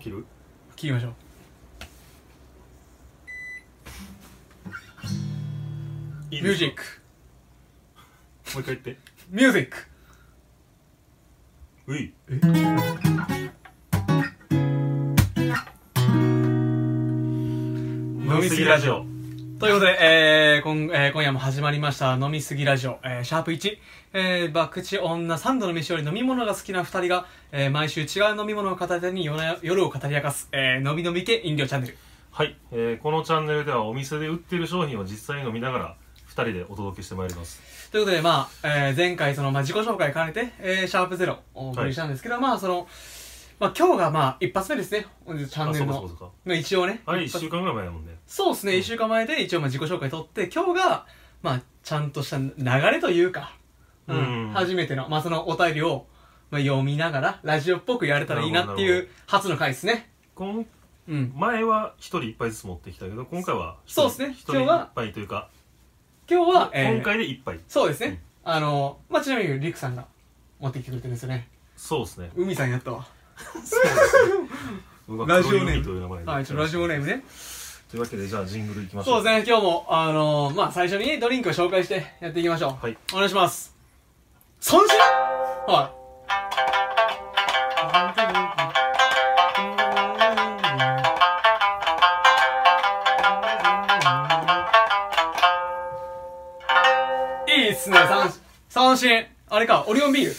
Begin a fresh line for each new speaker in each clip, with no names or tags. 切る
切りましょう
ミ
ミュージック
もう一回言って
ミュージック
うい飲みすぎラジオ
ということ で、えー今えー今夜も始まりました飲みすぎラジオ、えーシャープ1、えー、バクチ女3度の飯より飲み物が好きな2人が、えー毎週違う飲み物を片手に夜な夜を語り明かす、えー、飲み飲み系飲料チャンネル
はい、えー、このチャンネルではお店で売ってる商品を実際に飲みながら2人でお届けしてまいります
ということで、まあ、えー前回、その、まあ、自己紹介兼ねて、えーシャープゼロをお送りしたんですけど、まあ、その、まあ、今日が、まあ、一発目ですね。本日チャンネル
あそうか
の
そう。か
まあ一応ね。
そうかあれ1
一発
週間ぐらい前だもんね
そうですね、一週間前で一応、まあ、自己紹介取って、今日が、まあ、ちゃんとした流れというか、う
うん
ん、初めての、まあ、そのお便りを、まあ、読みながら、ラジオっぽくやれたらいいなって
なる
い
ほ
う、初の回ですね。
こん
うん。
前は1人1杯ずつ持ってきたけど今回は一人
そうっすね
一人
今日は
1杯というか
今日は、えー
今回で1杯
そうですね。あの、まあ、ちなみに、りくさんが持ってきてくれてるんですよね。
そうですね
海さんやったわ。
僕は
ラジオネー
黒い
ム
海という名前で
はい、ちょっとラジオネームね。
というわけでじゃあジングルいきましょ
そううですね、今日も、あのーまあ、最初にドリンクを紹介してやっていきましょう。
はい
お願いします。三品はい。いいっすね、三、三振。あれか、オリオンビール。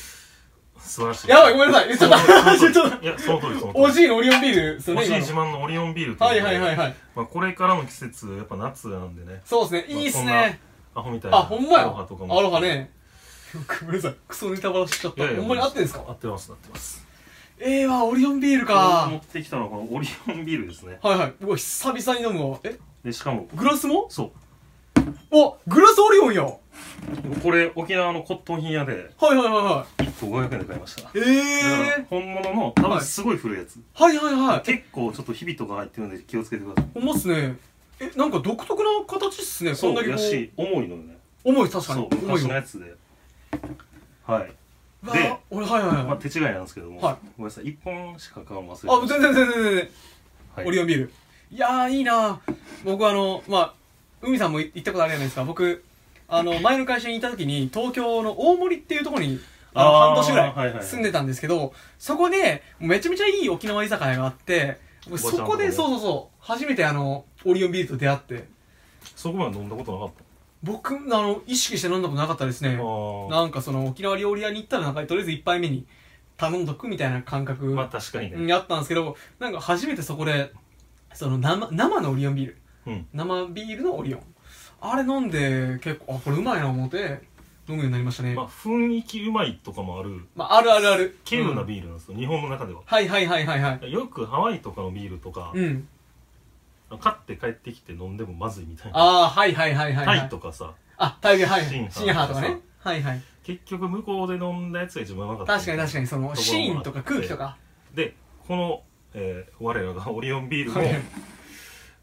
素晴らしい
やばい、ごめんなさい。ちょっ と、
その
ちょっ
通りいやその通りその
と、
通
お
り
じいのオリオンビールですよ
お
ね、
じい
今
自
の。
慢のオリオンビールと
は
いう
い
こと
は
で
いはいはい。
まあこれからの季節やっぱ夏なんでね
そうですね、いいっす
まあこんな
ね。
アホみたいな
あ、ほんま
ア
や。ア
ロ
ロ
ハ
ハ
とかも
アロハね。 ごめんなさい。クソネタバラしちゃっ
い
た。
やいや
ほんまに合ってんす
合
か
ってます合ってます
ええわ、オリオンビール
僕持
か
っ。てきたのはこのオリオンビールですね
はいはい。うわ、久々に飲むわ。え、
でしかも
グラスも
そ
お、グラスオリオンや。は
うこれ沖縄の骨董品屋で
いはいはいは
1個500円で買いました
い。え
だから
え
本物の多分すごい古いやつ、
ー。はいはいはい。
結構ちょっとひびとか入ってるんで気をつけてください
ほんまっすね。え、なんか独特な形っすね。こ
そ
んだ
う
けこ
や
う。
し重いのよね
重い、確か
そう。
に重い
昔の
よ。
やつではい、
うわ
で
俺、はいはい
まあ、
はい。
手違いなんですけども、
はい
ごめんなさい1本しか買うの忘れて
あ、全然全然全然。
はい
オリオンビール。いやー、いいなー僕あの、まあ、海さんも行ったことあるじゃないですか。僕、あの、前の会社にいた時に、東京の大森っていうところに、あの、
あー
半年ぐ
はいはい
ら
はい
い住んでたんですけど、そこで、めちゃめちゃいい沖縄居酒屋があって、
ばちゃん
そこで、
と
そうそうそう、初めてあの、オリオンビールと出会って、
そこまで飲んだことなかっ
僕、あの、意識して飲んだことなかったですね
た。あ
なんかその、沖縄料理屋に行ったら、なんか、とりあえず一杯目に頼んどくみたいな感覚。
あまあ確かにね、
やったんですけどなんか初めてそこでその生生のオリオンビール
うん
生ビールのオリオンあれ飲んで結構あこれうまいな思って飲むようになりましたね
ま
ま
あ、雰囲気うまいとかもある
ああるあるある
軽有な
うん
ビールなんですよ、日本の中では
はいはいはいはいはい
よくハワイとかのビールとか、
うん
買って帰ってきて飲んでもまずいみたいな
ああはいはいはいはい、はい、
タイとかさ
あタイではい
シンハー
シンハーとかねはいはい
結局向こうで飲んだやつが一番うまかった
確かに確かにその
ところもあって
シーンとか空気とか
でこの、えー我らがオリオンビールも
はい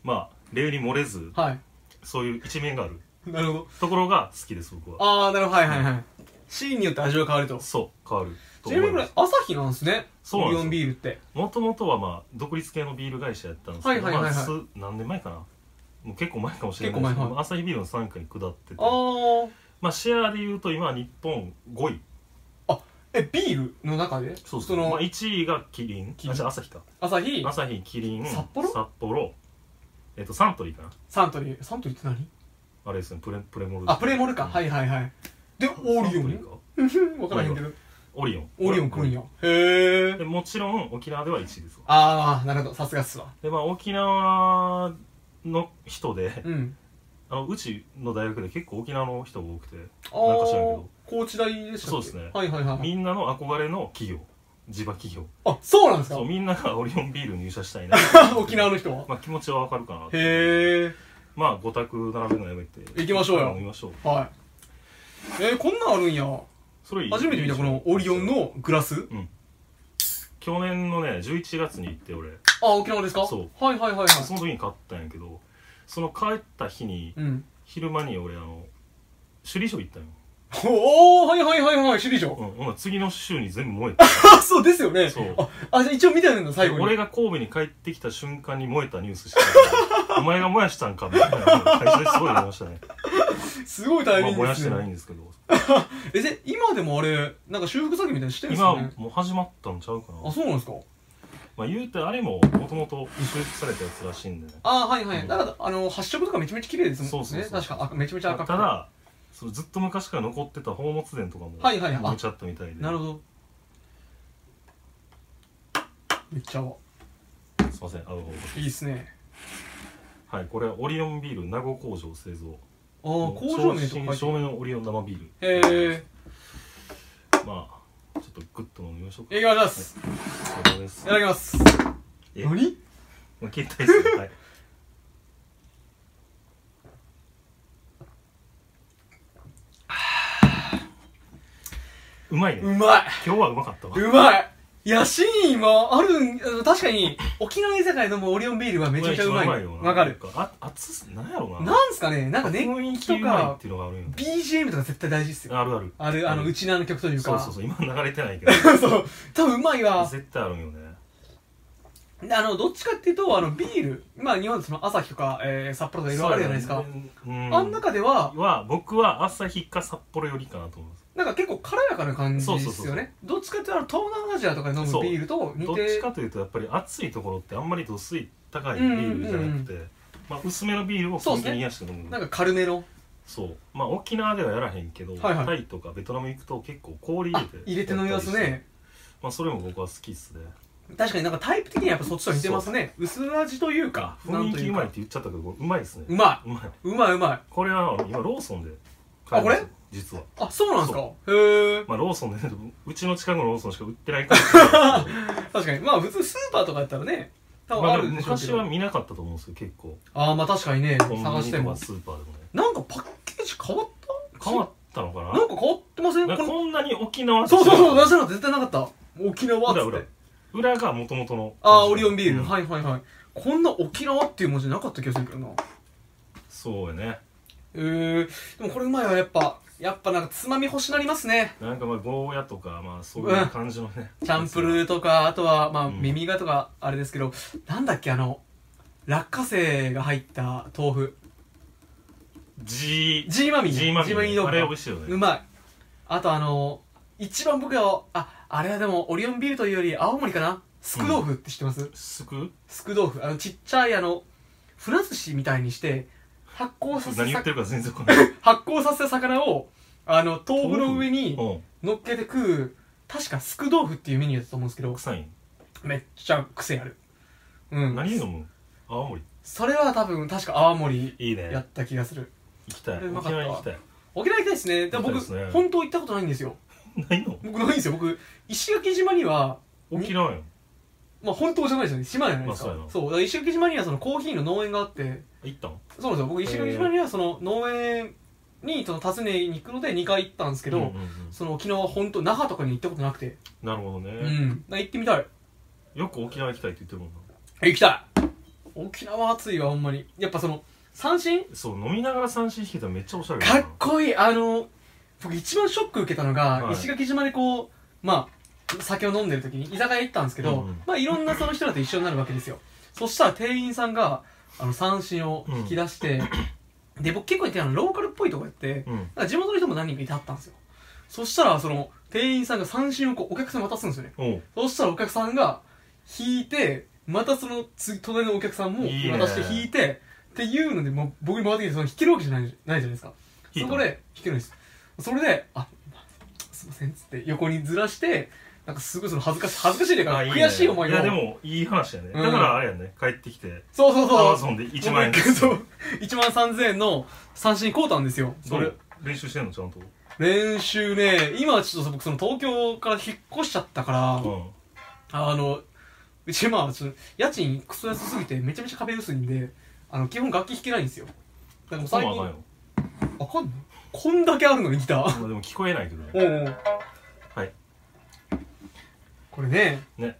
まあ例に漏れず
はい
そういう一面がある
なるほど
ところが好きです僕は
ああなるほどはいはいはいシーンによって味が変わると
そう変わると
ちなみ
思
に
い
こ
ま
れ
す
朝日なんですね
そうなん
オ
ですよ
リオンビールって
もともとはまあ独立系のビール会社やったんですけど、
はいはいはいはい
まあ数何年前かなもう結構前かもしれないです
結
け
構
ど、
前
アサヒビールの傘下に下ってて
ああ
まあシェアで言うと今は日本5位
えビールの中で
そうそう
そ
ま
の
あ、1位がキリン
キリン
あじゃあ朝日か
朝日
朝日キリン
札幌
えっとサントリーかな
サントリーサントリーって何
あれですねプレプレモル
あプレモルか、はいはいはいでオリオ
サントリ
ン
ーか
分からへんけど
オリオン
オリオン来るんやへ
で
え
もちろん沖縄では1位ですわ
ああなるほどさすがっすわ
でまあ沖縄の人で、
うん
あのうちの大学で結構沖縄の人が多くて
ああ
なんか知らんけど
高知大でした
そう
っけ
ですね
はいはいはい
みんなの憧れの企業地場企業
あそうなんですか
そうみんながオリオンビール入社したいな
沖縄の人は
まあ気持ちはわかるかな
へ
まあ5択並べるのやめて
行きましょうよ
飲みましょう
えはいえー、こんなんあるんや
それいい
初めて見たこのオリオンのグラス
去年のね11月に行って俺
あ沖縄ですか
そう
はいはいはいはい
その時に買ったんやけどその帰った日に
うん
昼間に俺あの首里城行ったんよ
おおはいはいはいはい、首里城。
うん、ほな次の週に全部燃えた
あ、そうですよね。
そう
あ、あじゃあ一応見てるんだ、最後に。
俺が神戸に帰ってきた瞬間に燃えたニュースしてた お前が燃やしたんかみたいな会社ですごい思いました ね、
すごい
ま
タ
あ
イミング
燃や
で
し
す
て
ね。
ないんですけど
え、で、今でもあれ、なんか修復作業みたいなのしてるんです
今
かね
もう始まったんちゃうかな
あ、そうなんですか
まあ言うてあれももともと修復されたやつらしいんでね
あはいは
う
い。
ん
だから、あの、発色とかめちゃめちゃ綺麗ですもんね。
そうそうそう
確か、あめちゃめちゃ
た
赤くて。
だそれずっと昔から残ってた宝物殿とかも
はいはいはい
燃えちゃったみたいで
なるほど。めっちゃ合うわ
すいません合う方
いいですね。
がはいこれはオリオンビール名護工場製造
あー工場名とか書いて
正面のオリオン生ビール
ある。へ
まあちょっとグッと飲みましょうか
え。いただきます。
お疲れ様です
いただきます。
え
何
まあ携帯です ねはいうまいね
うまい
今日はうまかったわ
うまいいや、シーンはあるん、あの確かに、沖縄居酒屋でもオリオンビールはめちゃめちゃうまい。
よな
わかる。
あ熱すなんやろうな
なんすかね、なんか熱
雰囲
気
気う
と
まいっ
か、
ていうのがあるんよね
BGM とか絶対大事ですよ。
あるある
ある、あの、うちなの曲という
そう
か。
そうそう今流れてないけど
そう多分うまいわ。
絶対あるんよね
であの、どっちかっていうと、あの、ビール、まあ日本でその朝日とか、えー、札幌とかいろいろあるじゃないですか。
うん
あん中では、
は僕は朝日か札幌よりかなと思います
なんか結構軽やかな感じ
そう
で
そうそう
す
そう
よね。どっちかっていうと、あの東南アジアとかで飲む
そう
ビールと似
どってち、かというとやっぱり暑いところってあんまり度数高いビールじゃなくて、まあ、薄めのビールを
そう
本
です
当
ね
に癒やして飲む
なんか軽めの。
そうまあ沖縄ではやらへんけど、
はいはい
タイとかベトナム行くと結構氷入
あ
れて、
入れて飲みます
やったりして
ね。
まあそれも僕は好きっすね
確かになんかタイプ的にはやっぱそっちと似てますね。薄味というか、
雰囲気うまいっ
なん
て言っちゃったけどこれうまいっすね
というか
うまい
うんうまい。うまいうまい。
これは今ローソンで買いました
あこれ
実は
あ、そうなんですかへえ。
まあローソンでうちの近くのローソンしか売ってないから
確かに。まあ普通スーパーとかやったらね、多分
ま
あ
あで
る
も
んでしょうけ
昔
ど。
は見なかったと思うんですよ結構
ああ、まあ確かにね、
コンビ
探し
ニ
て
とか
も。
スーパーでもね
なんかパッケージ変わった
変わったのか
なんか変わってません
ななん
こ
か
の
こんなに沖縄
そうそうそう、出せなかった、絶対なかった。沖縄っつって。
裏裏裏がもともとの
ああ、オリオンビール、
うん
はいはいはい。こんな沖縄っていう文字なかった気がするけどな。
そうやね
えー、でもこれうまいわ、やっぱ。やっぱなんかつまみ欲しなりますね。
なんかまあゴーヤとかまあそういう感じのね
チャンプルーとか、あとは、まあ、
うん
耳がとか、あれですけど、なんだっけ、あの、落花生が入った豆腐。
ジー
ジーマミー。
ジーマミ
ジーマミー
ー
豆
あ
腐
れ美味しいよ
う
ね
まい。あとあの、一番僕が、あ、あれはでも、オリオンビールというより、青森かなスク豆腐って知ってます、
すく
スク豆腐。あの、ちっちゃい、あの、船寿司みたいにして、発酵さ
何
せ
言って
さ、
るか全然わかんない
発酵させた魚を、あの、豆腐の上に
うん
乗っけて食う、確かスク豆腐っていうメニューだったと思うんですけど、
臭いん
めっちゃ癖ある。うん。
何飲む青森
それは多分、確か泡盛
いい
や
ね
った気がする。
行きた
こ
い
れうまか
沖
った
縄行きたい
沖縄行きたいですね。でも僕、
行きたいですね
本当行ったことないんですよ。
ないの
僕ないんですよ。僕、石垣島には、
沖縄やん
まあ本当じゃないですよね島じゃないですか、
まあそうやな
そうだから石垣島にはそのコーヒーの農園があって
行ったん
そうなんですよ僕石垣島にはその農園にその訪ねに行くので2回行ったんですけど、
うんうんうん
その沖縄は本当那覇とかに行ったことなくて
なるほど
う
ね
んだから行ってみたい
よく沖縄行きたいって言ってるもんな
行きたい沖縄暑いわほんまにやっぱその三振
そう飲みながら三振弾けたらめっちゃおしゃれや
か
な
っこいいあの僕一番ショック受けたのが、
はい
石垣島でこうまあ酒を飲んでる時に居酒屋行ったんですけど、
うんうん
まあいろんなその人らと一緒になるわけですよそしたら店員さんがあの三振を引き出して、で僕結構言ってたのローカルっぽいとこやって
うん
なんか地元の人も何人かいてはったんですよそしたらその店員さんが三振をこうお客さんに渡すんですよね
おう
そしたらお客さんが引いて、またその次、隣のお客さんも
いいね
渡して引いて、っていうので、もう僕に回ってきて、その引けるわけじゃないじゃないじゃないですか。
引い
そ
た
こで引けるんです。それで、あ、すいませんっつって横にずらして、なんかすごいその恥ずかしい、恥ずかしいでか
あ
ら
ね
悔しい思いを。
いやでもいい話やね
うん
だからあれやね帰ってきて
そうそう
アマ
そう。
ゾンで1万円です
そう。1万3000円の三振買うたんですよ。
ど
それ
う。練習してんのちゃんと
練習ね、今はちょっと僕その東京から引っ越しちゃったから、
う
あの、うちまあ、ちょっと家賃クソ安すぎてめちゃめちゃ壁薄いんで、あの、基本楽器弾けないんですよ。だからもうん
そう
最
もあかんよ
近、あかんのこんだけあるのにギター。
まあでも聞こえないけどね
おうおう
はい。
これね。
ね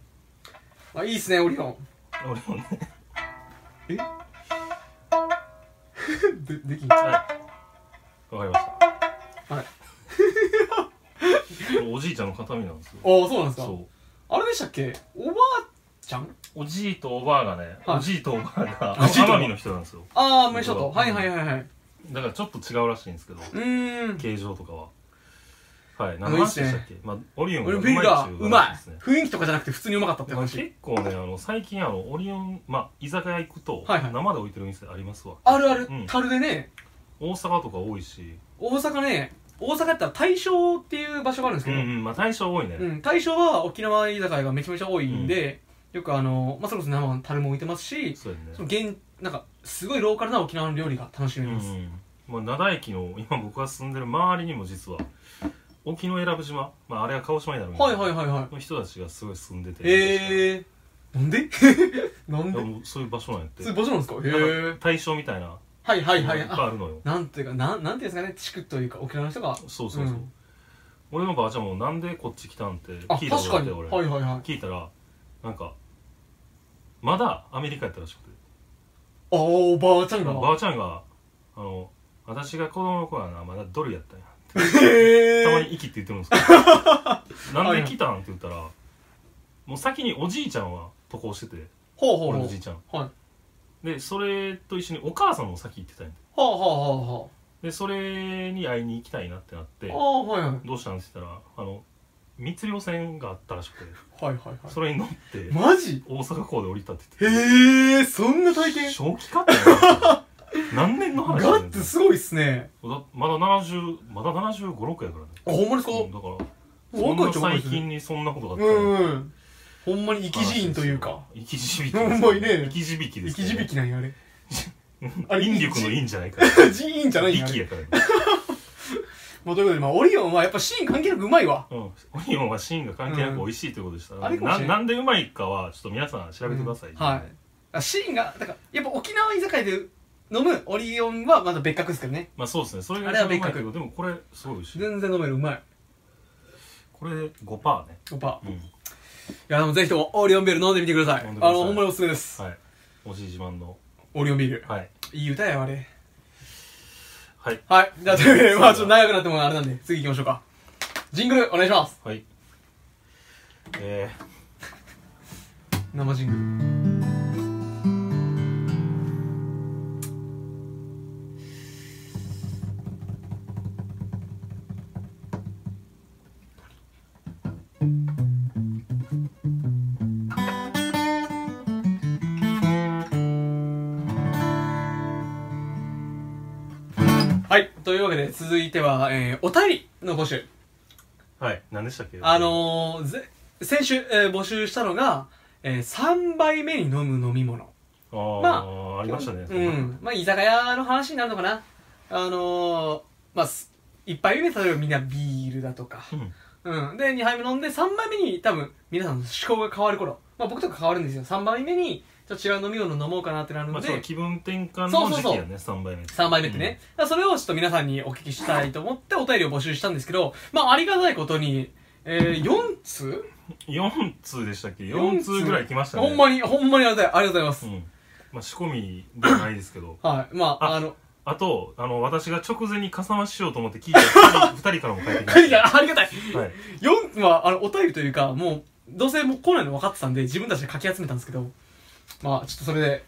あ、いいっすね、オリオン。
俺もね
で、できん。
はいわかりまし
はい。
おじいちゃんの形見なんですよ
おそうなんですか
そう
あれでしたっけおばあちゃん
おじいとおばあがね、
はい
おじいとおばあが
おじいとおばあ
奄美の人なんですよ
ああ無理ショットはいはいはいはい
だからちょっと違うらしいんですけど
うーん
形状とかははい何
も
の
ういいっ
話
す
で
ね
したっけ、まあ、オリオンが
俺
う
ビー
ま
ル
い
が
っていう
うまい
ですね
雰囲気とかじゃなくて普通にうまかったって
まあ
話
結構ねあの最近あのオリオン、まあ、居酒屋行くと、
はいはい
生で置いてる店ありますわ
あるある
うん
樽でね
大阪とか多いし
大阪ね大阪やったら大正っていう場所があるんです
う
け
ん
ど
うんまあ大将多いね、
うん、大正は沖縄居酒屋がめちゃめちゃ多いんで、よくあの、まあ、それこそ生の樽も置いてますし、
そうやね
その現なんかすごいローカルな沖縄の料理が楽しめます、
うんまあ、灘駅の今僕が住んでる周りにも実は沖永良部島、まあ、あれは鹿児島になるんです
は
け
い
ど
はいはいはい
の人たちがすごい住んでてえ
えー、なんで なんで
そういう場所なんやって
そういう場所なんですかへえ
なんか大正みたいな
はいはいはい
いっぱい
あ
あるのよ
なんていうかなんなんていうんですかね地区というか沖縄の人が
そうそうそう、
うん
俺のばあちゃんもなんでこっち来たんって
あ
聞い
確
たことあっ
かに
て
はい
俺、
はいはい
聞いたらなんかまだアメリカやったらしくて
あーおばあちゃんが
ばあちゃんがあの私が子供の頃はなまだドルやったんや
へ
たま
え
に息って言ってるんですけ どなんで来たんって言ったらもう先におじいちゃんは渡航してて
ほうほう
俺
ほ
の
う
じいちゃん
はい
でそれと一緒にお母さんも先行ってたんや
はあはあはあは
でそれに会いに行きたいなってなって
ああーはいはい
どうしたんって言ったらあの密漁船があったらしくて
はいはいはい
それに乗って
マジ
大阪港で降りたって
へ
言って
えそんな体験
正気かって な何年の
ガ
話やね
ッ
ん
ツすごいっすね
だまだ70まだ75、6やからね
あほんまですか
うんだからそん
若い
な
人若い
最
人ね
近にそんなことがあった
う
の
んうんほんまに生き人というか
生き字引き
ほんまにね
生き字引きで
生
す
き字引きなんやあれあ
あ
れ
引力の引じゃないか
人員じゃないんやあ
力
れ
やからね
まあということでまあオリオンはやっぱシーン関係なくうまいわ
うんオニオンは芯が関係なく美味しいということでした
んあれかもし
な
れん
なんでうまいかはちょっと皆さん調べてください
はいあシーンがだからやっぱ沖縄居酒屋で飲むオリオンはまだ別格ですけどね
まあそうですねそれが
あれは別格
一番うまいけどでもこれすごい美味しい
全然飲めるうまい
これ5%ね
やっぱ
うん
いやでもぜひともオリオンビール飲んでみてください
飲んでくだ
あ
さい
のほんまにおすすめです
はいおじい自慢の
オリオンビール
はい
いい歌やあれ
はい
はいじゃあというわけでまあちょっと長くなってもあれなんで次行きましょうかジングルお願いします
はいえー
生ジングルはい。というわけで、続いては、えー、お便りの募集。
はい何でしたっけ
あのー、ぜ先週、えー募集したのが、えー、3杯目に飲む飲み物。
あー
ま
ありましたね
うん。まあ、居酒屋の話になるのかな。あのー、まあ、す一杯目、例えばみんなビールだとか。
うん
うん。で、2杯目飲んで、3杯目に多分、皆さんの思考が変わる頃。まあ、僕とか変わるんですよ。3杯目に、ちょっと違う飲み物飲もうかなってなる
ま
の
あ
で、
そう気分転換の時期やね3杯目
3杯目ってね、だからそれをちょっと皆さんにお聞きしたいと思ってお便りを募集したんですけど、まあ、ありがたいことに、えー、4通
4通でしたっけ
四
4
通
通ぐらい来ましたね
ほんまに、ほんまにありがたい。ありがとうございます。
うんまあ仕込みではないですけど
はい。まあ、あ
あ
の、
あとあの私が直前にかさ増ししようと思って聞いた2人からも帰ってきま
い
し
やありがたい。
たはい
4、まあ、あの、お便りというか、もう、どうせもう来ないの分かってたんで、自分たちでかき集めたんですけど、まあ、ちょっとそれで、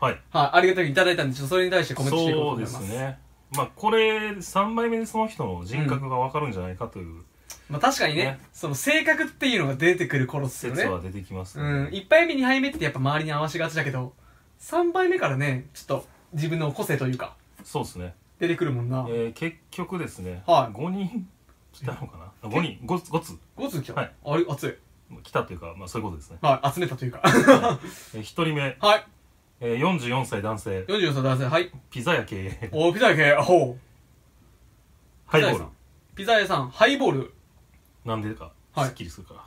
はい
はい、ありがたいいただいたんで、ちょっとそれに対してコメントしていこ
そう
と
う
思い
で
ます。
すねまあこれ3枚目でその人の人格が分かるんじゃないかという
まあ、確かにね
ね
その性格っていうのが出てくる頃っすよ
説
ね。
は出てきます
う
ね
ん、1杯目、2杯目ってやっぱ周りに合わしがちだけど、3杯目からね、ちょっと自分の個性というか、
そうですね
出てくるもんな。
えー結局ですね
はい
5人来たのかな5人5つ5つ
5通来た、
はい
あれ、熱い。
来たというかまあそういうことですね
はい、集めたというか。
えー1人目
はい、
えー44歳男性
44歳男性、はい。
ピザ屋経営
お、ピザ屋系、ほう。
ハイボ
ピザ屋
ール
さん。ピザ屋さん、ハイボール。
なんでかす
はい
っきりするか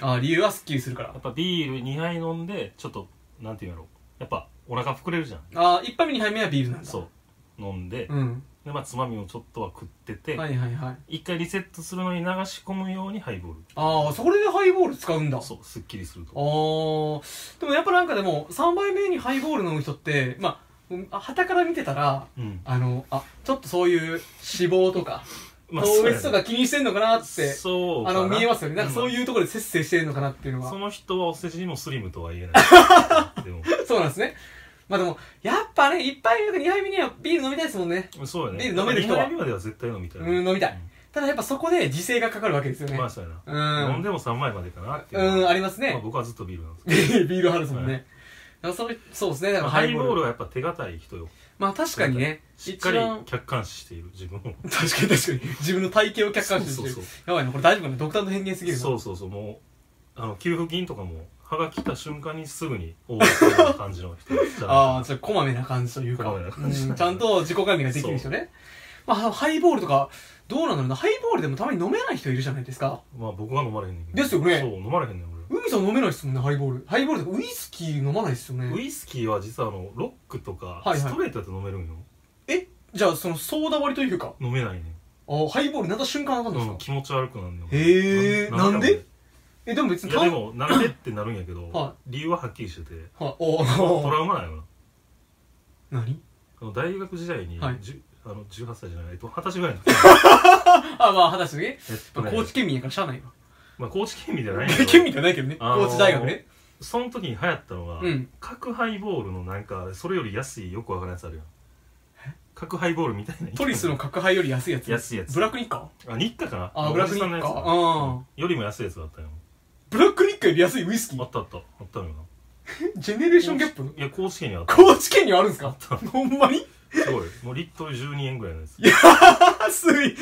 ら
あ、理由はスッキリするから
やっ。ぱビール2杯飲んでちょっとなんていうんやろやっぱお腹膨れるじゃん
あ、1杯目、2杯目はビールなんだ。
そう飲んで,、
うん。
でまあ、つまみをちょっとは食ってて、
はいはいはい。
一回リセットするのに流し込むようにハイボール
ああ、それでハイボール使うんだ。
そうすっきりする
あ
と
ーでもやっぱなんかでも3杯目にハイボール飲む人ってまあはたから見てたら
うん
あのあちょっとそういう脂肪とか
まあ
糖
そうや
質とか気にしてんのかなって、
そう
あ
かな
の、見えますよね。なんかそう
う
いうところで節制してるのかなっていうの
ん
は。
その人はお世辞にもスリムとは言えない でも
そうなんですね。まあでも、やっぱね、一杯目とか二杯目にはビール飲みたいですもんね。
そうやね
ビール飲める人は
二杯目までは絶対飲みたいな
うん、飲みたい。ただやっぱそこで自制がかかるわけですよね。
まあそうやな
うん。
飲んでも3枚までかなっていう
うん、あります
まあ、
ね。
僕はずっとビールなんですけ
ビール派ですもん
は
ね。だからそれそうですね。だか
ど
ら
ハイボール
は。
はやっぱ手堅い人よ
まあ確かにね。
しっかり
一番
客観視している自分を
確かに確かに。自分の体型を客観視してる。
そうそう
やばいな、これ大丈夫かな独断と偏見すぎるな
そうそうそうもうあの給付金とかも歯が来た瞬間にすぐに応援するような感じの人じゃ
あ
な
あ、ちょっとこまめな感じというか、
こまめな感じ
うんちゃんと自己管理ができる人ね。まあ、あのハイボールとか、どうなんだろうな、ハイボールでもたまに飲めない人いるじゃないですか。
いまあ僕は飲まれへんねんけど
ですよね
そう飲まれへんねん
海さん飲めないっすもんね、ハイボール。ハイボールとかウイスキー飲まないっすよ
俺ウ
ね。
イスキーは実はあのロックとか
いはい
ストレートやと飲めるんよ
えじゃあ、そのソーダ割りというか、
飲めないね
あハイボールなった瞬間あかんのです
う
か
ん、気持ち悪くなるんよ
へー
か
なんでえ、でも別
い
に
や
た
でもなんでってなるんやけど、
は
理由ははっきりしてて
はい、お
ト
お
ラウマなんよな
何
あの大学時代に、
はい
じゅあの18歳じゃないえっと二十歳ぐらいの時
あ、まあ、話ね。
えっと
まあ
ね
高知県民やからしゃあないわ。
まあ、高知県民じゃないんやけ
県
ど
民じゃないけどね。
あのー
高知大学ね。
その時に流行ったのが、
うん
角ハイボールのなんかそれより安いよくわからんやつあるやん角ハイボールみたいな
トリスの角杯より安いやつ。
安いやつ
ブラックニッカ
あ日課かな
あ
の
ブラック
おじさんのやつ
日課うん
よりも安いやつだったよ
ブラックニッカより安いウイスキ
あ
ー
ったあったあったのよな
ジェネレーションギャップ
いや高知県にあった
高知県にはあるんですか
あっ
ほんまに
すごいもうリットル12円ぐらいのやつい
安い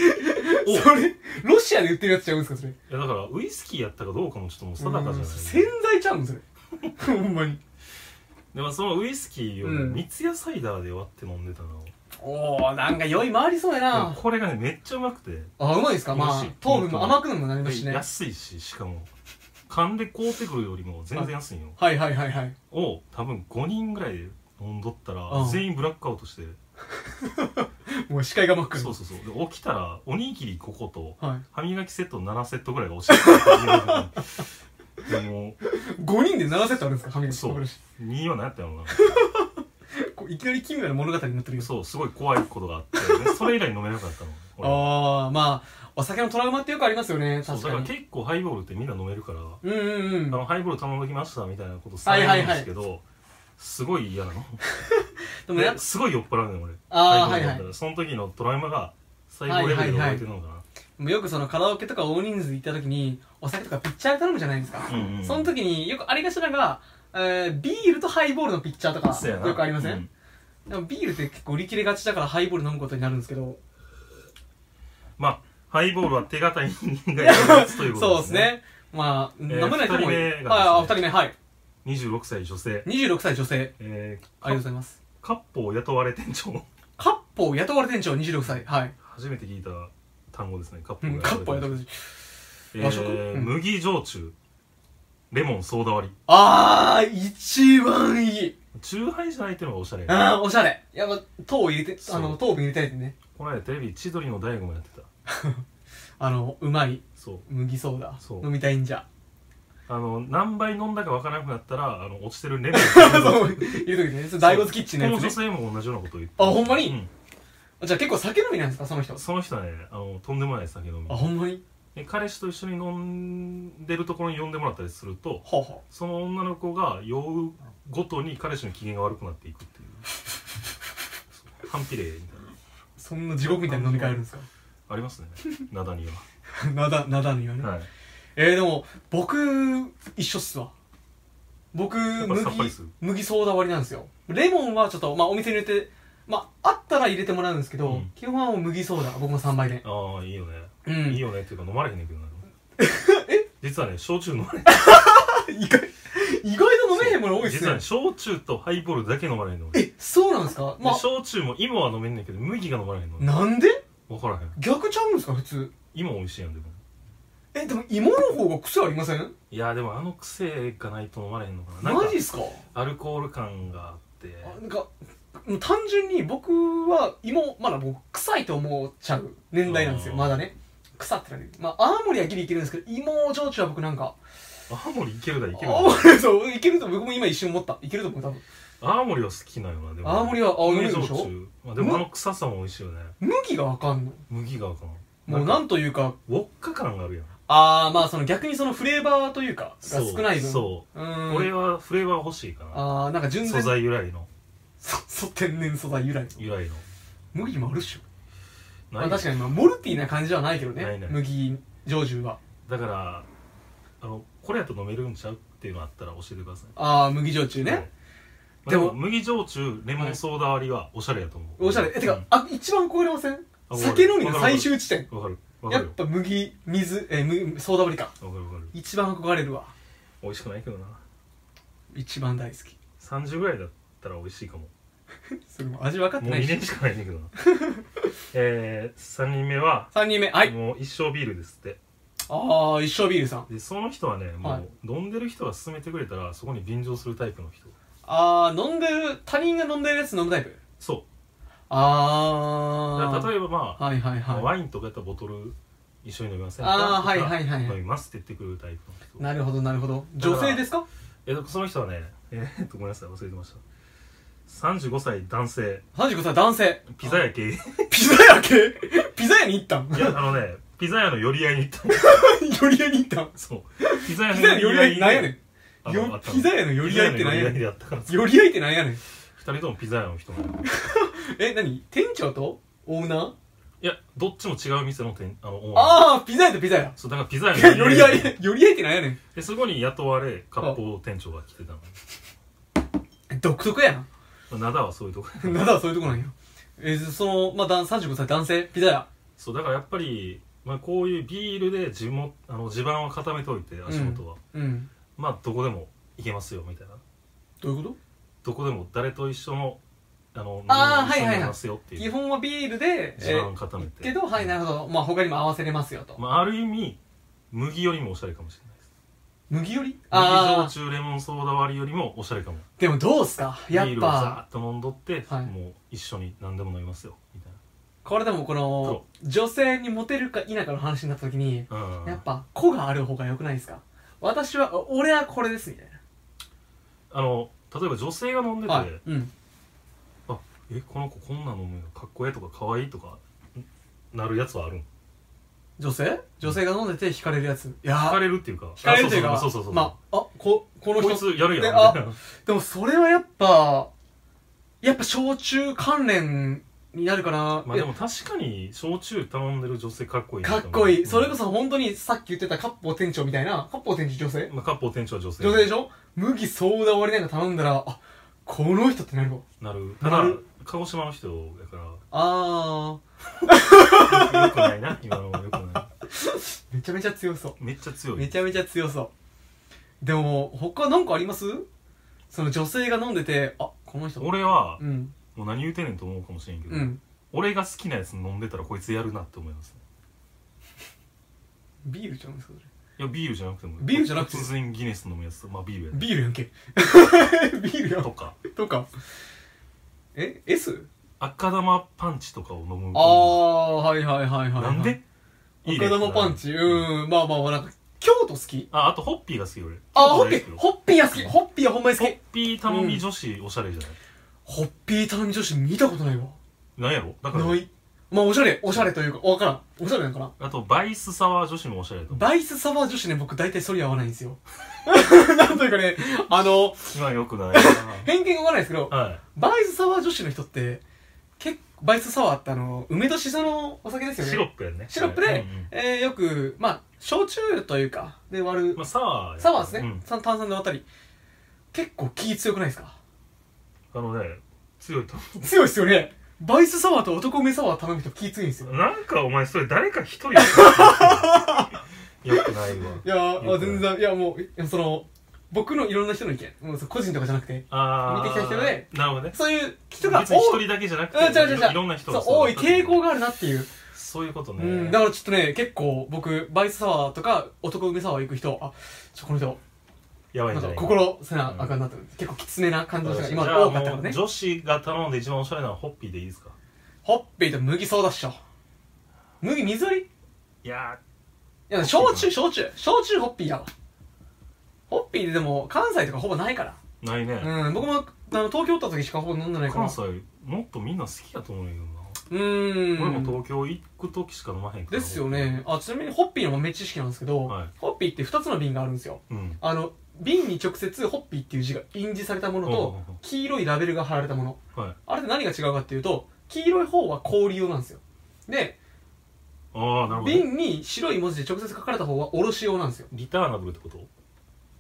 それロシアで売ってるやつちゃうんですかそれ
やだからウイスキーやったかどうかもちょっともう定かじゃない
うん洗剤ちゃうんそれほんまに
でもそのウイスキーをね
うん
三ツ矢サイダーで割って飲んでたの、
おおなんか酔い回りそうや
でも
な
これがねめっちゃうまくて
あうまいですかまあ
美味しい
糖分も甘くのもなりますしね
安いししかも噛んで買うてくるよりも全然安いんよ
はいはいはいはい
を多分5人ぐらいで飲んどったら、
うん
全員ブラックアウトして、
もう視界が真っ暗
そうそうそうで起きたらおにぎりここと
はい
歯磨きセット7セットぐらいが落ちてるでも
5人で7セットあるんですか歯磨き
そう2位は何やったのか
こういきなり奇妙な物語になってる
な
よ
そうすごい怖いことがあって、でそれ以来飲めなかったの俺
ああまあお酒のトラウマってよくありますよね
そう
確
だから
かに
結構ハイボールってみんな飲めるから、
うんうんうん
あのハイボール頼んできましたみたいなことされるんですけど、すごい嫌なの
でもやっ
ですごい酔っ払うのよ俺
あー
ハイボール飲んだら
はい
その時のトラウマが最高レベルで覚えてるのかな、
もうよくそのカラオケとか大人数行った時にお酒とかピッチャー頼むじゃないですか、
うんうん
その時によくありがちなのが、えービールとハイボールのピッチャーとか
そうやな
よくありません、
うん
でもビールって結構売り切れがちだからハイボール飲むことになるんですけど
まあ、ハイボールは手堅い人間がやるやつというこ
そ
と
う
で
ですす
ね。
ねまあ、
えー
飲めない人も
二
い
人目がですね
はいあ二人目はい
26歳女性。
26歳女性
えー、
ありがとうございます
カッポを雇われ店長。
カッポ雇われ店長26歳はい、
初めて聞いた単語ですね、カッポ
う
を
ん、カッポ雇われ店長
えー
和食うん
麦焼酎、レモン、ソーダ割り。
あー一番いい
中杯じゃないっていうのがおしゃれ。
あーおしゃれやっぱ糖を入れて
そう
あの糖分入れたいですね
この間テレビ、千鳥の大悟もやってた。
あのうまい
そう。
麦ソーダ
そう
飲みたいんじゃ
あの、何杯飲んだかわからなくなったら、あの、落ちてるレモン。
そう、いる時ね。それ大骨キッチンの
この
やつ
女
ね。
性も同じようなことを言って
あほんまに
うん
じゃあ結構酒飲みなんですか、その人。
その人はね、あの、とんでもない酒飲み
あ、。ほんまに
で彼氏と一緒に飲んでるところに呼んでもらったりすると、
はあ、は
その女の子が酔うごとに彼氏の機嫌が悪くなっていくっていう反比例みたいな
あ、そんな地獄みたいな飲み会ある んですか
ありますね灘に
なだ、なだにはね。
は、はい、
えー、でも、僕、一緒っすわ。僕、
っぱさっぱり
麦
する、
麦ソーダ割りなんですよ。レモンはちょっと、まあお店に入れて、まああったら入れてもらうんですけど、
うん
基本はもう麦ソーダ、僕も3杯で。
ああいいよね、
う
いい
ん。
よねっていうか飲まれへんねんけどな実はね焼酎飲まれへん
意外、意外と飲めへんもの 多いっす
実は
ね
ね。焼酎とハイボールだけ飲まれへんの俺
え、そうなんですか
で
まあ、
焼酎も芋は飲めんねんけど麦が飲まれへんの俺
なんで
分からへん
逆ちゃうんですか、普通。
芋美味しいやんでも
え、でも芋の方が癖ありません
いやでもあの癖がないと飲まれへんのかななん
マ
か
ジっすか
アルコール感があって
あなんかもう単純に僕は芋まだ僕臭いと思っちゃう年代なんですよ
あー
まだね腐ってないまあ青森はギリいけるんですけど芋焼酎は僕なんか
青森いけるだいけるだ
青森そういけると僕も今一瞬思ったいけると思う多分
青森は好きなよなでも
青森は青
梅
森でしょ
焼酎まあでもあの臭さも美味しいよね
麦があかんの
麦がかな
もうなんというか
ウォッカ感があるやん
ああまあその逆にそのフレーバーというかが
そう
少ない分
そう
ーん
う俺はフレーバー欲しいかな
ああなんか純
素
然
材由来の
そそ天然素材由来
由来の
麦もあるっしょ、ま
ない
あ、確かにまあモルティーな感じはないけどね
ないない
麦焼酎は
だからあのこれやと飲めるんちゃうっていうのあったら教えてください
ああ麦焼酎ね、
はいまあで
でも
も麦焼酎レモンソーダ割りはおしゃれやと思う
おしゃれえてか、
うん
あ一番超えれません
あ
酒飲みの最終地点
わかるわか
やっ
るよ
ぱ麦水えーむソーダ割りか
わかるわかる
一番憧れるわ
美味しくないけどな
一番大好き
30ぐらいだったら美味しいかも
それも味分かって
もう
ない
2
し
年しかないねんだけどな えー、3人目は、
3人目はい
もう一生ビールですって
ああ一生ビールさん
でその人はねもう、
はい
飲んでる人が勧めてくれたらそこに便乗するタイプの人
ああ飲んでる他人が飲んでるやつ飲むタイプ
そ
あ
う
あ
だから例えばまあ、
はいはいは
ワインとかやったらボトル一緒に飲みませんか
あー
とか
はいはいはいはい
飲みますって言ってくるタイプ
い
の
なるほどなるほど
だから
女性ですか
人えだからその人はねえーっとごめんなさい忘れてました35歳男性
35歳男性
ピザ屋系い
ピザ屋系ピザ屋に行ったん
やあのねピザ屋の寄り合いに行ったの
寄り合いに行ったん
そうピザ屋
ピザ屋の寄り合いってなんやね
あ
ん
の
よ
あったの
ピザ屋の寄り合いって
ピザ
なん
屋の寄り合い
やねん
でやったから
寄り合いってなんやねん
二人ともピザ屋の人なの
え何店長とオーナー
いやどっちも違う店の店あのオーナー
ああピザ屋とピザ屋
そうだからピザ屋の
寄り合 い寄り合いってなんやねん
でそこに雇われ割烹店長が来て たの
独特や
灘はそういうとこや
ななんだそういうとこなんやえそのまあだん35歳男性ピザ屋
そうだからやっぱり、まあ、こういうビールで地元あの地盤を固めておいて足元は、
うん
まあどこでも行けますよみたいな
どういうこと
どこでも誰と一緒のあの飲み
あー
物一緒に
はいはいはい
飲みますよっていう、
基本はビールで、
地盤を固めて、
けどはいなるほどまあ他にも合わせれますよと、
まあ、ある意味麦よりもおしゃれかもしれないです
麦より
麦
あ
焼酎レモンソーダ割りよりもおしゃれかも
あでもどうっすかやっ
ビールを
ぱ
ザーッと飲んどって、
はい
もう一緒に何でも飲みますよみたい
これでもこの女性にモテるか否かの話になった時に
なうん
やっぱ子がある方が良くないですか私はお俺はこれですみたい
あの例えば女性が飲んでて、
なはいうん
えこの子こんな飲むよかっこええとかかわいいとかんなるやつはあるん
女性女性が飲んでて惹かれるやついや
惹か
ー
れるっていうか
惹かれるという
あ
か
そうそうそうそうそう、
まああここの
こ
人
いつやるやんみ
で
たい
あ
な
でもそれはやっぱやっぱ焼酎関連になるかな、
まあでも確かに焼酎頼んでる女性かっこいいな
かっこいい。それこ
そ、
そ本当にさっき言ってたカッポ店長みたいな、カッポ店長女性
まあ、割烹店長は女性
女性でしょ麦ソーダ割りなんか頼んだら、あ、この人ってなるわ。
なるた
な
だ
る
鹿児島の人だか
あ
らよくないな今のはよくない
ー、めちゃめちゃ強そ
めっちゃ強
う。
い
めちゃめちゃ強そう。でも、他なんかありますその女性が飲んでて、あ、この人。
俺は
うん。
もう何言うてんねんと思うかもしれんけど、
うん。
俺が好きなやつ飲んでたらこいつやるなって思いますね
ビールじゃないですか、そ
いやビールじゃなくても
ビールじゃなくて
突然ギネス飲むやつまあビールや
れ。ビールやんけ。 ビールや
なと
ん。
か
とか。え ?S?
赤玉パンチとかを飲む
あー、はいはいはいはい。
なんでいいね
赤玉パンチ。
ん
うん。まあまあまあ、なんか、京都好き
ああとホッピーが好き俺
あ、ホッピ
ホ
ー、ホッピーは好き。ホッピーはほんまに好
ッ
き。
ピー頼み女子おしゃれじゃない
ホッピー誕生子見たことないわ。
なんやろだから
ない。まあ、おしゃれ、おしゃれというか、わからん。おしゃれなんかな。
あとバイスサワー女子もおしゃれだと思う
バイスサワー女子ね、僕大体それ合わないんですよ。 なんというかね、あの、
今よく ない
偏見がわからないですけど
な、はい
バイスサワー女子の人って、結構、バイスサワーってあの、梅としそのお酒ですよね。
シロップやね
シロップ
はい
で
うんうん、
えーよく、まあ、焼酎というか、で割る
まあ、サワーや
サワーで
う
すね
ん。
さ炭酸で割ったり。結構気強くないですか
あのね強いと思
強いっすよねバイスサワーと男梅サワー頼む人気強いんですよ
うなんかお前それ誰か一人やった よよくないわ
いやー
よ
あ
くない
全然いやもういやその僕のいろんな人の意見もうそ個人とかじゃなくて
ああ
見てきた人で
なるほどね
そういう人が
別に一
い
人だけじゃなく
うん違
て
う違う違う
いろんな人
そう
が
多い傾向
が
があるなっていう、
そういうこと
う
ね
ん、だからちょっとね結構僕バイスサワーとか男梅サワー行く人あちょこの人
やばい
なん
んじ
か
ゃない
心せなあかんなって、結構きつめな感じの人が今
じゃあ
多かったのね
もう女子が頼んで一番おしゃれなのはホッピーでいいですか
ホッピーと麦ソーダっしょ麦水割り
いや
いや焼酎焼酎焼酎ホッピーやわホッピーででも関西とかほぼないから
ーないね、
うん、僕もあの東京おった時しかほぼ飲んでないから
関西もっとみんな好きやと思うんやけどな
うーん
俺も東京行く時しか飲まへんから
ですよねあちなみにホッピーの豆知識なんですけど、
はい
ホッピーって2つの瓶があるんですよ
うん
あの瓶に直接ホッピーっていう字が印字されたもの
うんうん
と
うん
黄色いラベルが貼られたもの
はい
あれって何が違うかっていうと黄色い方は氷用なんですよで
ああなるほど
瓶に白い文字で直接書かれた方はおろし用なんですよ
リターナブルってこと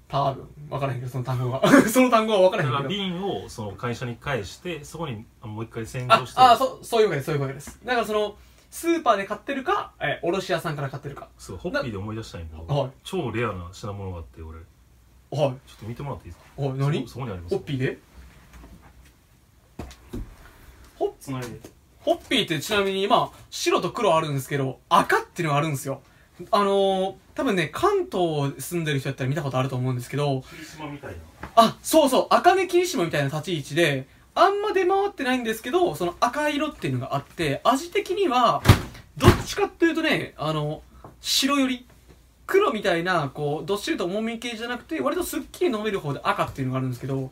多分分からへんけどその単語が その単語は分か
だ
ら
から
へんけど
瓶をその会社に返してそこにあもう一回洗
あ
浄して
あそそういうわけですそういうわけですだからそのスーパーで買ってるか、えー、おろし屋さんから買ってるか
そうホッピーで思い出したいんだけど、
はい
超レアな品物があって俺ちょ
は
っと見てもらっていいですか
いはい何
そそこにあります
ホッピーで
つないで
ホッピーってちなみに今、白と黒あるんですけど、赤っていうのがあるんですよ。あのー、多分ね、関東住んでる人やったら見たことあると思うんですけど、
霧島みたいな
あ、そうそう、赤目霧島みたいな立ち位置で、あんま出回ってないんですけど、その赤色っていうのがあって、味的には、どっちかっていうとね、あの、白より、黒みたいな、こう、どっしりと重み系じゃなくて、割とすっきり飲める方で赤っていうのがあるんですけど、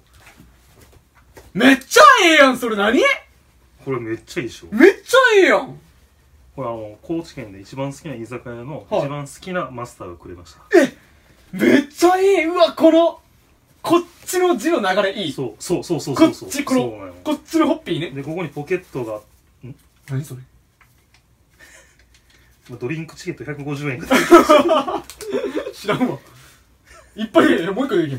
めっちゃええやんそれ何
これめっちゃいいでしょ
めっちゃええやん
これあの高知県で一番好きな居酒屋の
はい
一番好きなマスターがくれました、
めっちゃいいうわこのこっちの字の流れいい
そうそうそうそう
こ
そ
っ
うそう
ちこ
そうな
の
の
こっちのホッピーね
でここにポケットが
何それ
まあドリンクチケット150円が
知らんわいっぱい入れるもう一個入れる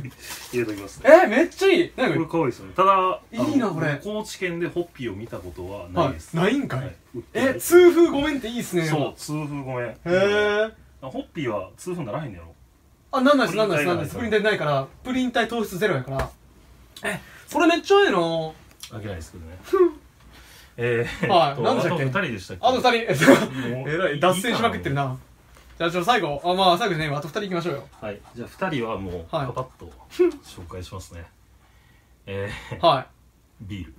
入れときますね
えー、めっちゃいい何
これ
こ
可愛いですよねただ
いいな
あの
これ
高知県でホッピーを見たことは
れ
ない
は
です、
いないんか
はい
い
売ってない
え痛風ごめんっていいっすね
そう痛風ごめんへ
へえ
ホッピーは痛風ならへんのやろ
あなんないですなんないですなんないですプ
プ
リ
リ
ン
ン
体ないからプリン体糖質ゼロやからえそれめっちゃええな
あけないですけど ねえー、
はい
えと
何でしたっけ
あと2人でしたっけ
あと二人
もう
えらい脱線しまくってるなじゃあちょっと最後あまあ最後じゃねえわあと二人行きましょうよ
はいじゃあ2人はもう
は
パ
い
パッと紹介しますね、えー、
はい
ビール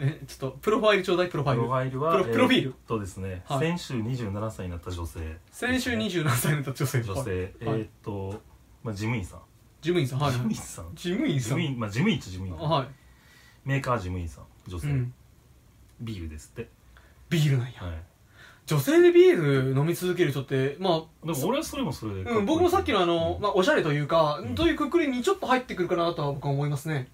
えちょっとプロファイルちょうだいプロファ
プ
イ
ロ
ル
ファイルは
プロプロフィール
えっとですね、
はい
先週27歳になった女性
先週27歳になった女性
女性、
はい
えーっと、まあ、事務員さん、
事務員さんはい
事務員さん事
事務員さ
務
ん
員まあ事務員っちゃ事務員、
は
メーカー事務員さん女
い、う
性、
ん、
ビールですって
ビールなんや
はい
女性でビール飲み続ける人ってま
でも俺はそれもそれでか
あ、
こいい
うん、僕もさっきのあの、
うん
まあ、おしゃれというか、
うん
というくくりにちょっと入ってくるかなとは僕は思いますね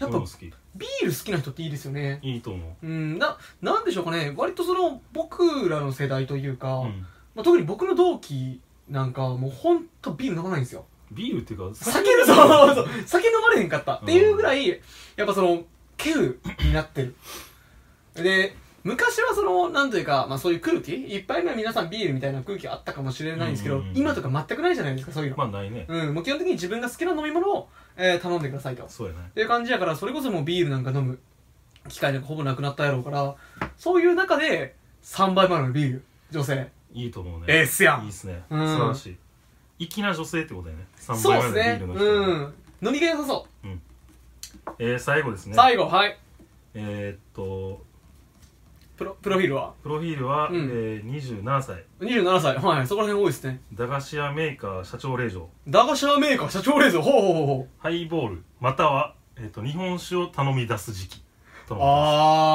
やっ
俺
ぱ
も好き
ビール好きな人っていいですよね
いいと思
うんななんでしょうかね割とその僕らの世代というか、
う、うん、
まあ、特に僕の同期なんかはもうほんとビール飲まないんですよ
ビールっていうか
酒飲そうそうそう酒飲まれへんかったっていうぐらい、やっぱその稀有になってるで昔はそのなんというか、まあ、そういう空気いっぱい目は皆さんビールみたいな空気あったかもしれないんですけど、
うんうんうん
今とか全くないじゃないですかそういうの、
まあないね、
うん、もう基本的に自分が好きな飲み物を、えー頼んでくださいとっ
そうやね
ていう感じやからそれこそもうビールなんか飲む機会なんかほぼなくなったやろうからそういう中で3倍前のビール女性
いいと思うね
ええっすや
いいっすね、
うん
素晴らしい粋な女性ってことやね3
そう
杯目
です
のビールの
ね
人、
うん飲みが良さそ
えー最後です
う、
ね
最後はい
えー、っと
プロプロフィールは
プロフィールは、
うん
えー、27歳
27歳はいそこら辺多いですね
駄菓子屋メーカー社長令嬢
駄菓子屋メーカー社長令嬢ほうほうほうほう
ハイボールまたは、えー、と日本酒を頼み出す時期とのこと
あ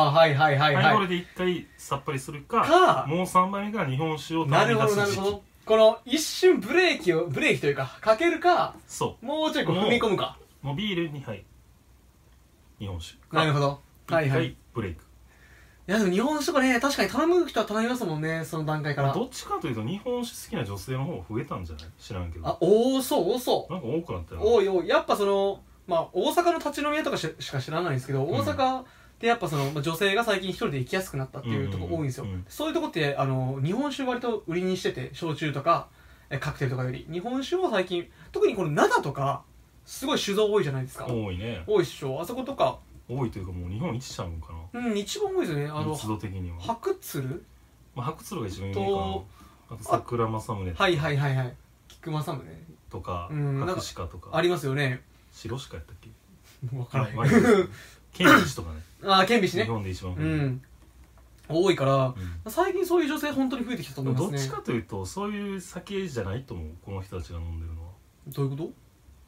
あはいはいは
ですハイ
い
ボー
は
ル
い
で一回さっぱりするか
か
もう3杯目から日本酒を
な
頼
る
み
ほ
出
どな
す
る
時期
ほどこの一瞬ブレーキをブレーキというかかけるか
そ
もうちょいこう踏み込むか
うもうビール2杯日本酒
なるほどはい
1
はいい
回ブレイク、
やでも日本酒とかね確かに頼む人は頼みますもんねその段階から
どっちかというと日本酒好きな女性の方が増えたんじゃない知らんけど
あおおそうおそ
なんか多くなった
う
よ
おいおいやっぱそのまあ大阪の立ち飲み屋とかししか知らないんですけど
ん
大阪ってやっぱその、まあ、女性が最近一人で行きやすくなったっていうとこ多いんですよ、
うんうんうんうん
そういうとこってあの日本酒割と売りにしてて焼酎とかえカクテルとかより日本酒を最近特にこの灘とかすごい酒造多いじゃないですか
多いね
多いっしょあそことか
多いというかもう日本一ちゃうんか
うん一番多いですよねあ
な
の
密度的には、
白鶴
まあ、白鶴が一番有名か
と
なあと桜正宗
はいはいはいはい菊間さんもね
とか
うんなんか
白鹿とか
ありますよね
白鹿やったっけ
分からへん
まあまあいいですけど剣士とかね
ああ顕微
日
ね
本で一番
う
古い
ん多いから
うん
最近そういう女性本当に増えてきたと
で
思い
も
ま
どっ
すね
ちかというとそういう酒じゃないと思うこの人たちが飲んでるのは
どういうこと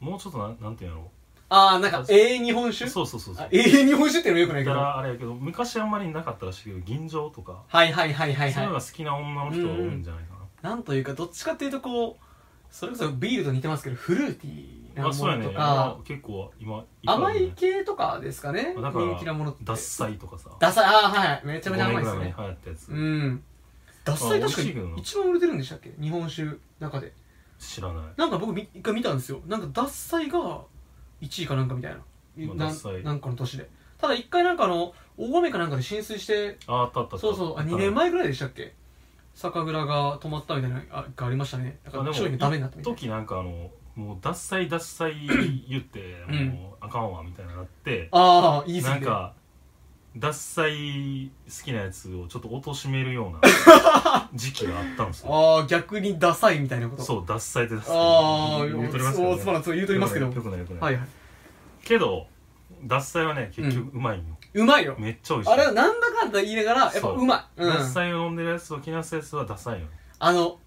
もうちょっとなんなんていうんやろう
ああなんか永遠日本酒
そうそうそうそう
あ永遠日本酒っていうのもよくない
だか
けど
らあれやけど昔あんまりなかったらしいけど銀醸とか、
はいはいはいはい
そういうの
は
が好きな女の人が多いんじゃないかな、
いなんというかどっちかっていうとこうそれこそビールと似てますけどフルーティーな
あそうや
もの
ね
とか、
今結構今
甘い
っ
系とかですかね
あだから
人気なものって
ぱあるよねダッサイとかさ
ダサいああはいめちゃめちゃ
五
甘い
年ぐらい前に
ですね
流行ったやつ、
うんダッサ
あ
い確か
美味しいけど
に
な
一番売れてるんでしたっけ日本酒の中で
知らない、ま
なんか僕み一回見たんですよなんかダッサイが1位かなんかみたいな,
まあ
な、
ダッサイ
なんかの年でただ一回なんかあの大雨かなんかで浸水して
ああったあったあった
そうそうあ2年
前
前ぐらいでしたっけ酒蔵が止まったみたいなあがありましたねだから商品がダメになったみたいな
時なんかあのもうダッサイダッサイ言って、
うん
もうあかんわみたいなのなって
ああいいす
なん
ぎて
かダッサイ好きなやつをちょっと貶としめるような 時期があったんですよ
ああ逆にダサいみたいなこと
そうダッサイでダッサイ
ああ
言うとりますけど、
おつまら
ね、
んそう言うとりますけど
よくないよくないよくない、
はいはい
けどダッサイはね結局うまいよ、
うまいよ
めっちゃ美味しい
あれはなんだかんだ言いながらやっぱ
そう
うまいうん
ダッサイを飲んでるやつと気なすやつはダサいよ
あの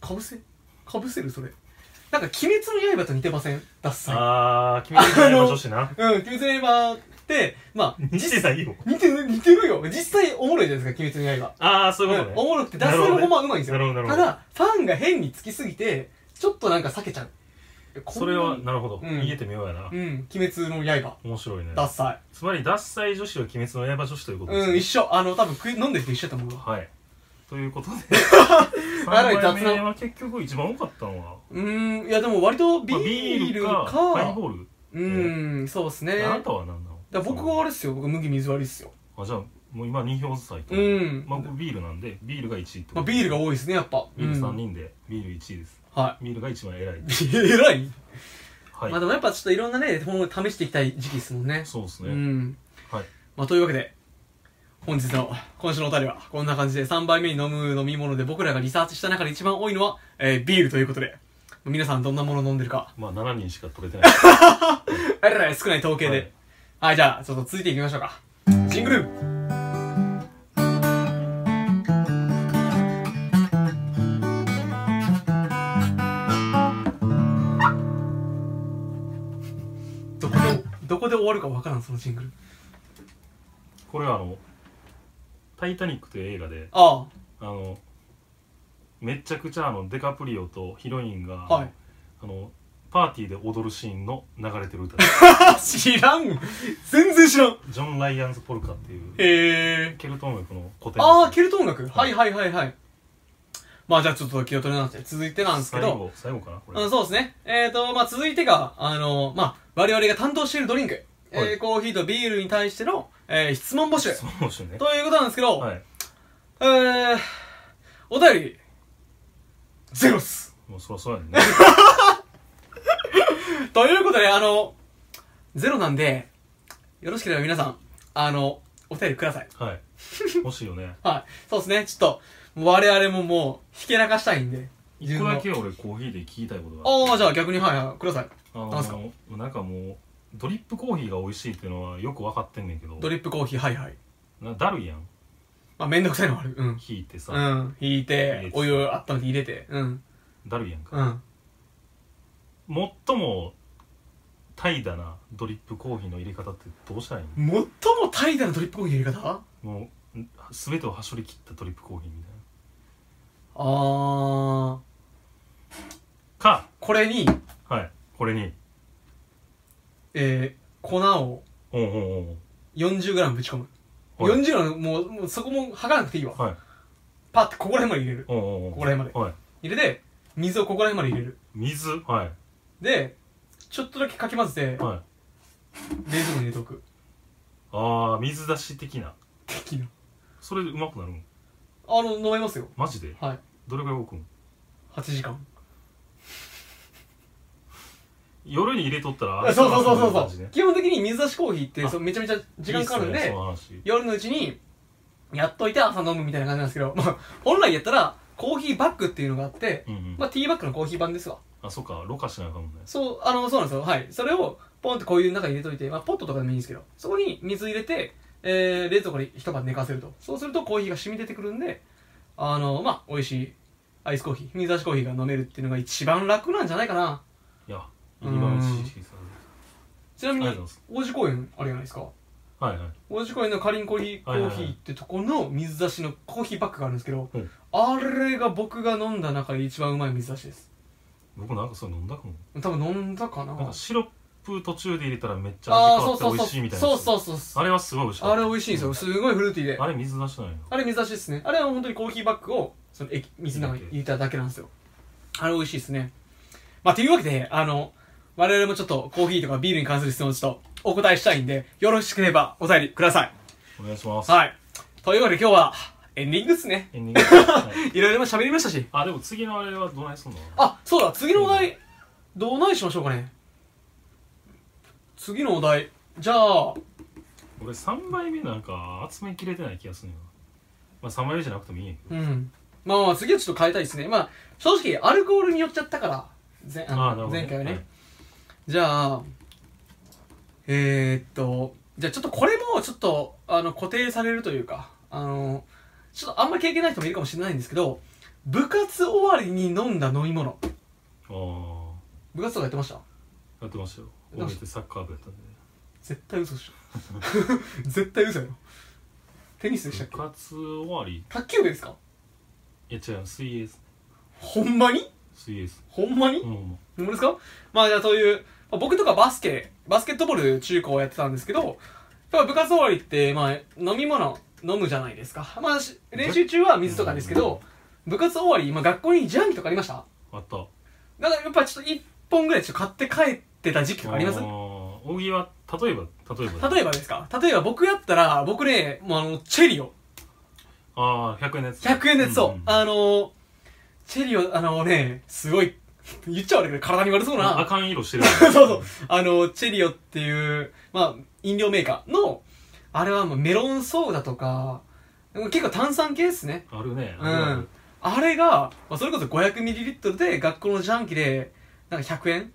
かぶせかぶせるそれなんか「鬼滅の刃」と似てませんダッサ
あー君みたいな女子な
イうん「鬼滅の刃」って まあ
似てないよ
似てる似てるよ実際おもろいじゃないですか「鬼滅の刃」
ああそういうこと
うん
ね
おもろくてダッサイのほんまうまいんですよ
なるほどなる
た
ほど
だファンが変につきすぎてちょっとなんか避けちゃう
それはなるほど、
うん
言えてみようやな、
うん「鬼滅の刃
面白いね」
ダッサイ
つまりダッサイ女子は鬼滅の刃女子ということです、ね
うん一緒あの多分食い飲んでる人一緒だと思うわ
はいということで 3
らい雑な
杯目は結局一番多かったのは
うーんいやでも割とビ
まあ
ール
か
か,、
ハイボール、
うーんそうですね
あな
だか
たは何なの
ら僕はあれですよ僕麦水割りっすよ
あじゃあもう今2票ずつ入って
うん
まあ、僕ビールなんでビールが1位ってこと
まあ、ビールが多いですねやっぱ
ビール3
うん
人でビール1位です
は
ビールが一番偉い
い 偉い、
はい、
まあでもやっぱちょっといろんなね本を試していきたい時期ですもんね
そうです
う
ね、
ん
はい
まあというわけで本日の今週のおたりはこんな感じで3杯目に飲む飲み物で僕らがリサーチした中で一番多いのは、えービールということで皆さんどんなもの飲んでるか
まあ7人しか取れてない
あれら少ない統計では
はいい、
じゃあちょっと続いていきましょうかジングルどこでどこで終わるかわからんそのジングル
これはあの「タイタニック」という映画で
あ
あのめっちゃくちゃあのデカプリオとヒロインが、
あはい
あのパーティーで踊るシーンの流れてる 歌です
知らん全然知らんへ
ジョン・ライアンズ・ポルカっていう
え
ケルト音楽の古典
ああケルト音楽はいはいはいはいまあじゃあちょっと気を取り直して続いてなんですけど
最後最後かなこれ、
うん、そうですね。えっ、と、まあ、続いてが、あのまあ、我々が担当しているドリンク、え
は
ー、コーヒーとビールに対しての、えー、質問募集
そうですね
ということなんですけど、
はい
えー、お便り、ゼロっす。
もうそろそろやね
ということで、あの、ゼロなんで、よろしければ皆さん、あの、お便りください。
はい欲しいよね
はい。そうですね。ちょっと、我々ももう、ひけらかしたいんで。
一個だけ俺コーヒーで聞きたいことが
ああ、じゃあ逆に、はい、はい、ください。
あの
なんすか
なんかもうドリップコーヒーが美味しいっていうのはよく分かってんねんけど
ドリップコーヒー、はいはい。
なだるいやん
まあ、めんどくさいのもある。うん。
ひいてさ、
うん、引いて
入れて
お湯を温めて入れてうん
だるいやんか
うん
最も怠惰なドリップコーヒーの入れ方ってどうしたらいい
最も怠惰なドリップコーヒーの入れ方
のもうん全てをはしょり切ったドリップコーヒーみたいな
あー
か
これに、
はいこれに
えー、粉を
おんおんおん
40g ぶち込む
はい
40g もうもうそこも剥がなくていいわ
はい
パッてここら辺まで入れる
おんおんおん
ここら辺まで
はい
入れて水をここら辺まで入れる
水はい
でちょっとだけかき混ぜて
はい
冷蔵庫に入れておく
ああ水出し的な
的な
それでうまくなるん
あの飲めますよ
マジで
はい
どれぐらい置くん
8時間
夜に入れとったら
そうそうそうそう
感じ
そう、
ね
基本的に水出しコーヒーって
あ
そうめちゃめちゃ時間かかるん
いいっす
で
ねその話
夜のうちにやっといて朝飲むみたいな感じなんですけど、まあ、本来やったらコーヒーバッグっていうのがあって、
うんうん
まあ、ティーバッグのコーヒー版ですわ
あそっかろ過しなあかんもんね
そうあのそうなんですよはいそれをポンってこういう中に入れといて、まあ、ポットとかでもいいんですけどそこに水入れて、えー、冷蔵庫に一晩寝かせるとそうするとコーヒーが染み出てくるんであのまあ美味しいアイスコーヒー水出しコーヒーが飲めるっていうのが一番楽なんじゃないかない
や今の知識さ
ちなみ
ありが
に
とうござい
王子公園あるじゃないですか
はいはい
王子公園のカリンコーヒーコ
はいはい
ー
はい
ヒーってとこの水出しのコーヒーパックがあるんですけど、
うん
あれが僕が飲んだ中で一番うまい水出しです
僕なんかそれ飲んだかも
多分飲んだかな
なんかシロップ途中で入れたらめっちゃ
ああ
味変
そ
わ
う
って
そう
美
そう
味しいみたいな
そうそうそうそう
あれはすごい美味しかっ
あ
た
れ美味しいんですよすごいフルーティーで
あれ水出しないの
あれ水出しですねあれは本当にコーヒーバッグをその液水の中に入れただけなんですよあれ美味しいですねまあというわけであの我々もちょっとコーヒーとかビールに関する質問をちょっとお答えしたいんでよろしければお便りください
お願いします
はいというわけで今日はエンディングですね
エンディングはい
いろいろ喋りましたし
あでも次のあれはどないすんの
あそうだ次のお題どうないしましょうかね次のお題じゃあ
俺3杯目なんか集めきれてない気がするよまあ3杯目じゃなくてもいいんやけど
うんまあまあ次はちょっと変えたいですねまあ正直アルコールによっちゃったから前あの
あーなるほどね
前回はね、
はい
じゃあえー、っとじゃあちょっとこれもちょっとあの固定されるというかあのちょっとあんまり経験ない人もいるかもしれないんですけど部活終わりに飲んだ飲み物
あ
部活とかやってました
あやってましたよ
やってま
俺
し
ったてサッカー部やったんで
絶対嘘でしょ 絶対嘘やろテニスでしたっけ
部活終わり
卓球部ですか
いや違う水泳です
ほんまに
水泳です
ほんまに
うんうん
どうですかまあじゃあそういう、まあ、僕とかバスケバスケットボール中高やってたんですけどやっぱ部活終わりって、まあ、飲み物飲むじゃないですか、まあ、し練習中は水とかですけど部活終わり、まあ、学校にジャーキーとかありました
あった
だからやっぱちょっと1本ぐらいちょっと買って帰ってた時期とかあります
ー大喜利は例えば例えば
例えばですか例えば僕やったら僕ねもうあのチェリオ
ああ100円のやつ
100円でそ
ん
う、
ん
あのチェリオあのねすごい言っちゃ悪いけど体に悪そうな
あかん色してる
そうそう。あの、チェリオっていう、まあ、飲料メーカーの、あれはもうメロンソーダとか、結構炭酸系ですね。
あるね
うんあれが、まあ、それこそ 500ml で学校のジャンキで、なんか100円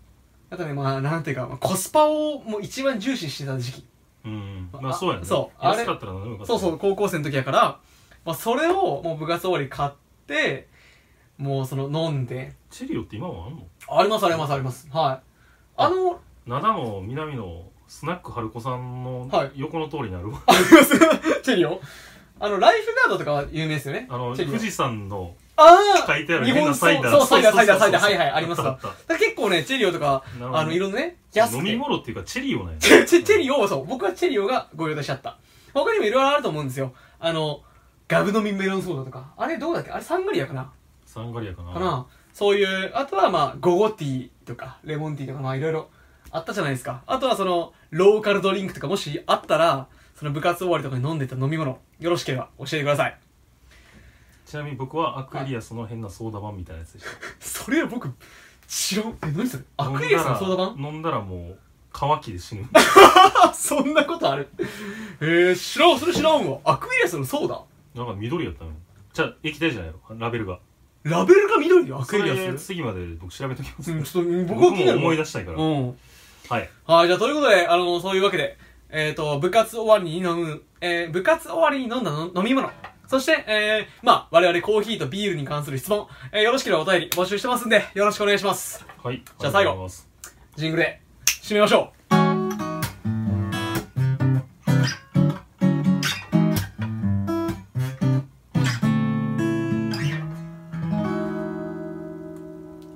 あとね、まあ、なんていうか、まあコスパをもう一番重視してた時期。
うんまあそうやね
あそうあれ
安かったら何でもよかった
そうそう、高校生の時やから、まあ、それをもう部活終わり買って、もうその飲んで、
チェリオって今はあんの
ありますありますあります。はい。あの、
灘の南のスナック春子さんの
はい
横の通りにあるわ、
チェリオあの、ライフガードとかは有名ですよね。
あの
チェリオ
富士山の
ああ
書いてある
日
変
本
なサイダー
そう、サイダー、サイダー、サイダー、はいはい、
そう
あ ります
あ
か
ったあっ
だから結構ね、チェリオとか、
たなるほど
あの、いろんなね、安
飲
く
み
て。
物っていうかチェリオなんや
チェチェチェリオを、そう、僕はチェリオがご用意しちゃった。他にもいろいろあると思うんですよ。あの、ガブ飲みメロンソーダとか。あれどうだっけあれサンガリアかな
サンガリアかな
かなそういう、あとはまあ、ゴゴティーとか、レモンティーとか、まあいろいろあったじゃないですか。あとはその、ローカルドリンクとかもしあったら、その部活終わりとかに飲んでた飲み物、よろしければ教えてください。
ちなみに僕はアクエリアその変なソーダ版みたいなやつでし
それは僕、知らん。え、何それ
た
アクエリアスの相談版
飲んだらもう乾きで死ぬ
あ、 そんなことある。えー、知らん、それ知らんわ。アクエリアスのソーダ
なんか緑やったのよじゃあ液体じゃないよラベルが
ラベルが緑よ、ア
そ
クエリア
れ
ス。
次まで僕調べときます
うん、ちょっと、うん僕
僕
は気
も
になるわ。
思い出したいから
うん。
はい
はい、じゃあ、ということで、あの、そういうわけで、えっ、と、部活終わりに飲む、えー、部活終わりに飲んだの飲み物。そして、えー、まあ、我々コーヒーとビールに関する質問、えー、よろしければお便り募集してますんで、よろしくお願いします。
はい
じゃあ最後
りがとうございます
ジングルで、締めましょう。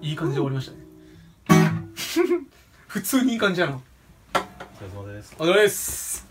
いい感じで終わりましたね。普通にいい感じやな。
お疲れ様です
お疲れ様です。